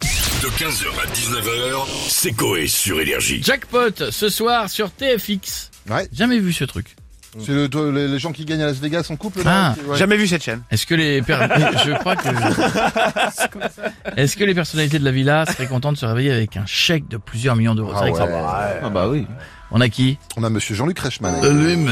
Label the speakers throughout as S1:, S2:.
S1: De 15h à 19h, c'est Coé sur Énergie.
S2: Jackpot ce soir sur TFX.
S3: Ouais.
S2: Jamais vu ce truc.
S3: C'est le- toi, les, les gens qui gagnent à Las Vegas en couple
S2: Ah,
S3: là Ouais.
S4: Jamais vu cette chaîne.
S2: Est-ce que les per- je crois que Est-ce que les personnalités de la villa seraient contentes de se réveiller avec un chèque de plusieurs millions d'euros
S3: Ah
S2: C'est vrai que ça-
S3: ouais.
S2: On a qui
S3: On a monsieur Jean-Luc Reichmann.
S2: Lui-même.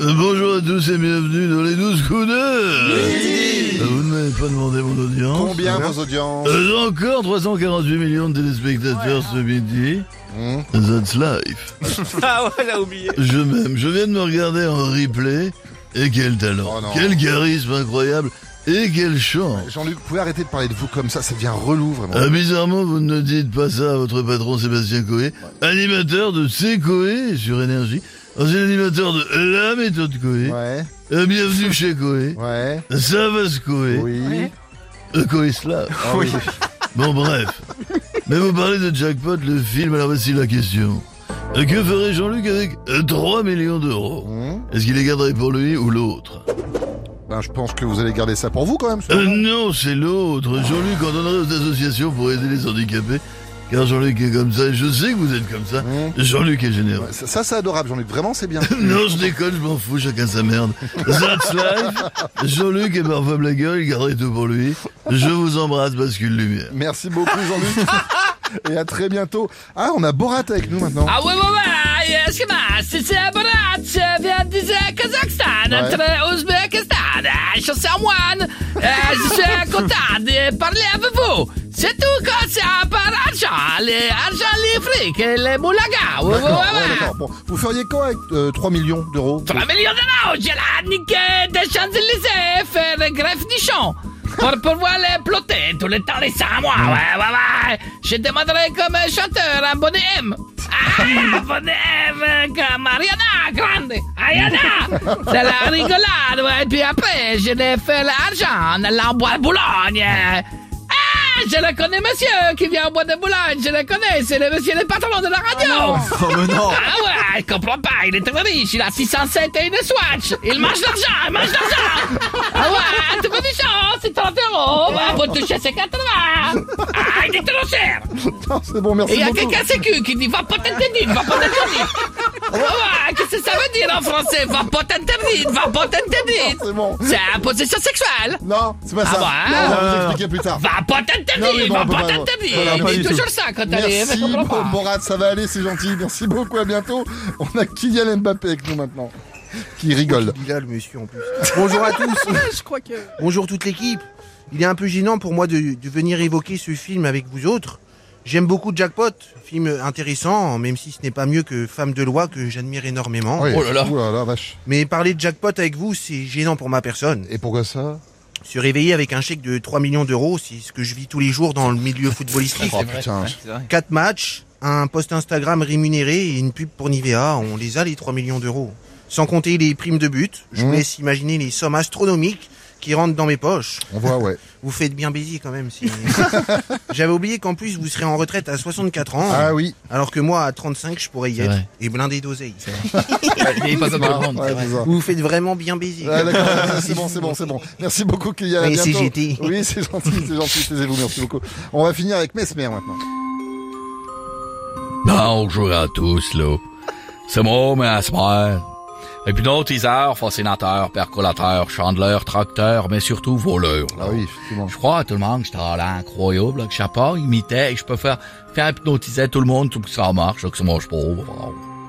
S2: euh, bonjour à tous et bienvenue dans les 12 coups Bah, Vous ne m'avez pas demandé mon audience.
S3: Combien vos audiences
S2: Euh, encore 348 millions de téléspectateurs ce midi.
S3: Hmm.
S2: That's life.
S4: Ah ouais, elle a oublié.
S2: Je m'aime. Je viens de me regarder en replay. Et quel talent.
S3: Oh non.
S2: quel charisme incroyable. Et quelle chance.
S3: Jean-Luc, vous pouvez arrêter de parler de vous comme ça, ça devient relou vraiment.
S2: Ah, bizarrement, vous ne dites pas ça à votre patron Sébastien Coé, animateur de C'est Coé sur Énergie, ancien animateur de La méthode Coé.
S3: Ouais,
S2: Euh, bienvenue chez Coé.
S3: ouais,
S2: Ça va se Coé.
S3: oui.
S2: Euh, Coé Slav.
S3: Ah oui.
S2: Bon bref. Mais vous parlez de jackpot, le film, alors voici la question. Euh, Que ferait Jean-Luc avec euh, 3 millions d'euros
S3: Hmm.
S2: Est-ce qu'il les garderait pour lui ou l'autre
S3: Ben, je pense que vous allez garder ça pour vous quand même. ce
S2: Euh,
S3: moment.
S2: Non, c'est l'autre. Jean-Luc en donnerait aux associations pour aider les handicapés. Car Jean-Luc est comme ça, et je sais que vous êtes comme ça.
S3: Hmm.
S2: Jean-Luc est généreux.
S3: Ouais, ça, ça, c'est adorable Jean-Luc, vraiment c'est bien.
S2: Non, je déconne, je m'en fous, chacun sa merde. That's life. Jean-Luc est parfois blagueur, il garderait tout pour lui. Je vous embrasse, bascule lumière.
S3: Merci beaucoup Jean-Luc. Et à très bientôt. Ah, on a Borat avec nous maintenant.
S2: Ah,
S5: А вы бываете, схематите, братья, ведите Казахстан,
S3: Ouais.
S5: entre eh, Узбекистан, еще Самуан, eh, еще Кутан, parlez-vous. C'est tout quand c'est par argent, les argent, les fric et les moulagas. Ah, Ouais, ouais,
S3: D'accord, ouais,
S5: ouais.
S3: d'accord. Bon, vous feriez quoi avec euh, 3 millions d'euros
S5: 3 millions d'euros, j'ai la nique des Champs-Élysées, faire greffe du champ. Pour pouvoir les plotter tout le temps les Samois, ouais, ouais, ouais. Je demanderai comme chanteur un bonnet M. Ah, bonnet M comme Ariana Grande. Ariana, c'est la rigolade, ouais. Puis après, je les fais l'argent, en bois de Boulogne. Ah, je le connais, monsieur, qui vient au bois de Boulogne, je le connais, c'est le monsieur le patron de la radio. Ah ouais, je comprends pas, il est très riche, il a 607 et une Swatch. Il mange l'argent, il mange l'argent. Ah ouais, tu veux du chance, c'est 30 euros. Bah, pour toucher ses 80. Ah, il est trop cher.
S3: Non, C'est bon,
S5: Et
S3: merci
S5: il y a
S3: beaucoup.
S5: quelqu'un sécu qui dit va pas t'interdire, va pas t'interdire. Ah ouais, qu'est-ce que ça veut dire en français Va pas t'interdire, va pas t'interdire.
S3: C'est bon.
S5: C'est la possession sexuelle.
S3: Non, c'est pas ça.
S5: Ah bah,
S3: Non, on va
S5: euh,
S3: vous expliquer plus tard.
S5: Va pas
S3: Non, mais
S5: t'interdire,
S3: bon,
S5: va
S3: on peut
S5: pas
S3: pas- voilà,
S5: t'interdire.
S3: pas
S5: Il
S3: du
S5: dit
S3: tout.
S5: toujours ça quand t'arrives,
S3: Merci,
S5: je comprends pas.
S3: Borat, ça va aller, c'est gentil. Merci beaucoup, à bientôt. On a Kylian Mbappé avec nous maintenant, qui rigole.
S6: Il a le monsieur en plus. Bonjour à tous. Bonjour toute l'équipe. Il est un peu gênant pour moi de, de venir évoquer ce film avec vous autres. J'aime beaucoup Jackpot, film intéressant, même si ce n'est pas mieux que Femme de loi que j'admire énormément.
S3: Oui.
S2: Oh là là.
S3: Ouh là là, vache.
S6: Mais parler de Jackpot avec vous, c'est gênant pour ma personne.
S3: Et pourquoi ça
S6: Se réveiller avec un chèque de 3 millions d'euros, c'est ce que je vis tous les jours dans le milieu footballistique.
S3: Oh putain.
S6: Quatre matchs, un post Instagram rémunéré et une pub pour Nivea, on les a les 3 millions d'euros. Sans compter les primes de but, je vous
S3: Mmh.
S6: laisse imaginer les sommes astronomiques qui rentrent dans mes poches.
S3: On voit, ouais.
S6: Vous faites bien baiser quand même. c'est- J'avais oublié qu'en plus vous serez en retraite à 64 ans,
S3: Ah oui.
S6: alors que moi à 35 je pourrais y
S2: C'est
S6: être
S2: vrai.
S6: et blindé d'oseille.
S2: Il passe par la ronde.
S3: Ouais, c'est ça.
S6: Vous vous faites vraiment bien baiser.
S3: Ouais, d'accord, c'est bon, c'est bon, c'est bon. Merci beaucoup, Kylian. à
S6: Oui, c'est
S3: bientôt.
S6: gentil.
S3: Oui, c'est gentil, c'est gentil. Taisez-vous, merci beaucoup. On va finir avec Mesmer maintenant.
S2: Bonjour à tous, là. C'est moi, mais Et puis d'autres isards, fascinateurs, percolateurs, chandeleurs, tracteurs, mais surtout voleurs. là.
S3: Ah oui, effectivement.
S2: Je crois à tout le monde que c'est un talent incroyable, là, que je sais pas, imiter, et que je peux faire, faire hypnotiser tout le monde, tout que ça marche, là, que c'est mon pauvre.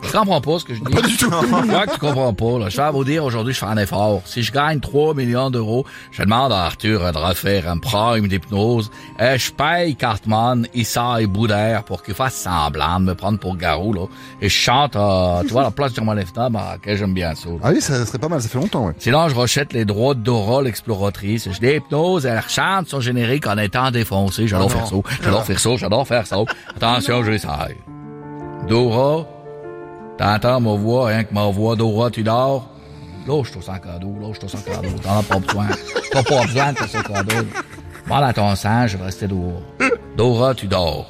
S2: Je comprends pas ce que je dis. Pas du tout. Je crois que tu comprends pas, là. Je vais vous dire, aujourd'hui, je fais un effort. Si je gagne 3 millions d'euros, je demande à Arthur euh, de refaire un prime d'hypnose, et Eh, je paye Cartman, Issa et Boudère pour qu'ils fassent semblant de me prendre pour Garou, là. Et je chante, euh, tu vois, la place de mon lève-table, ah, que j'aime bien ça, là.
S3: Ah oui, ça serait pas mal, ça fait longtemps, ouais.
S2: Sinon, je rachète les droits de Dora l'exploratrice. Je l'hypnose, elle chante son générique en étant défoncée. J'adore faire ça. J'adore faire ça. J'adore faire ça. Attention, j'essaye. Dora, t'entends ma voix, rien que ma voix. Dora, tu dors. Lâche ton sans cadeau, lâche ton sans cadeau. T'en as pas besoin. T'as pas besoin de ton sans cadeau. Mal à ton sang, je vais rester dehors. Dora, tu dors.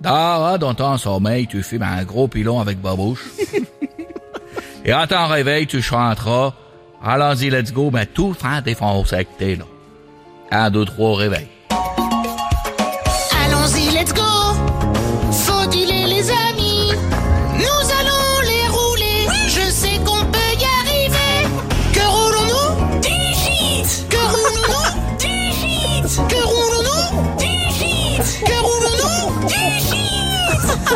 S2: Dora, dans ton sommeil, tu fumes un gros pilon avec babouche. Et à ton réveil, tu chanteras Allons-y, let's go, mais tout faire défoncer que t'es là. Un, deux, trois, réveil.
S7: Allons-y, let's go Faut dealer les amis Nous allons les rouler Je sais qu'on peut y arriver Que roulons-nous Du shit Que roulons-nous Du shit Que roulons-nous Du shit Que roulons-nous Du shit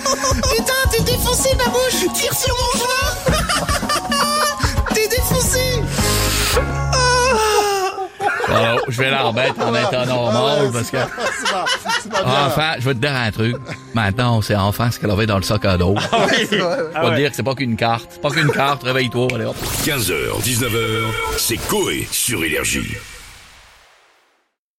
S7: Putain, t'es défoncé, babouche Tire sur mon doigt T'es défoncé
S2: Alors, Ah, je vais la remettre en état normal parce que.
S3: Ah, C'est pas, c'est pas bien.
S2: Enfin, je vais te dire un truc. Maintenant, on sait enfin ce qu'elle avait dans le sac à dos.
S3: Ah
S2: Je vais te dire que c'est pas qu'une carte. C'est pas qu'une carte. Réveille-toi, allez hop.
S1: 15h, 19h, c'est Coé sur Énergie.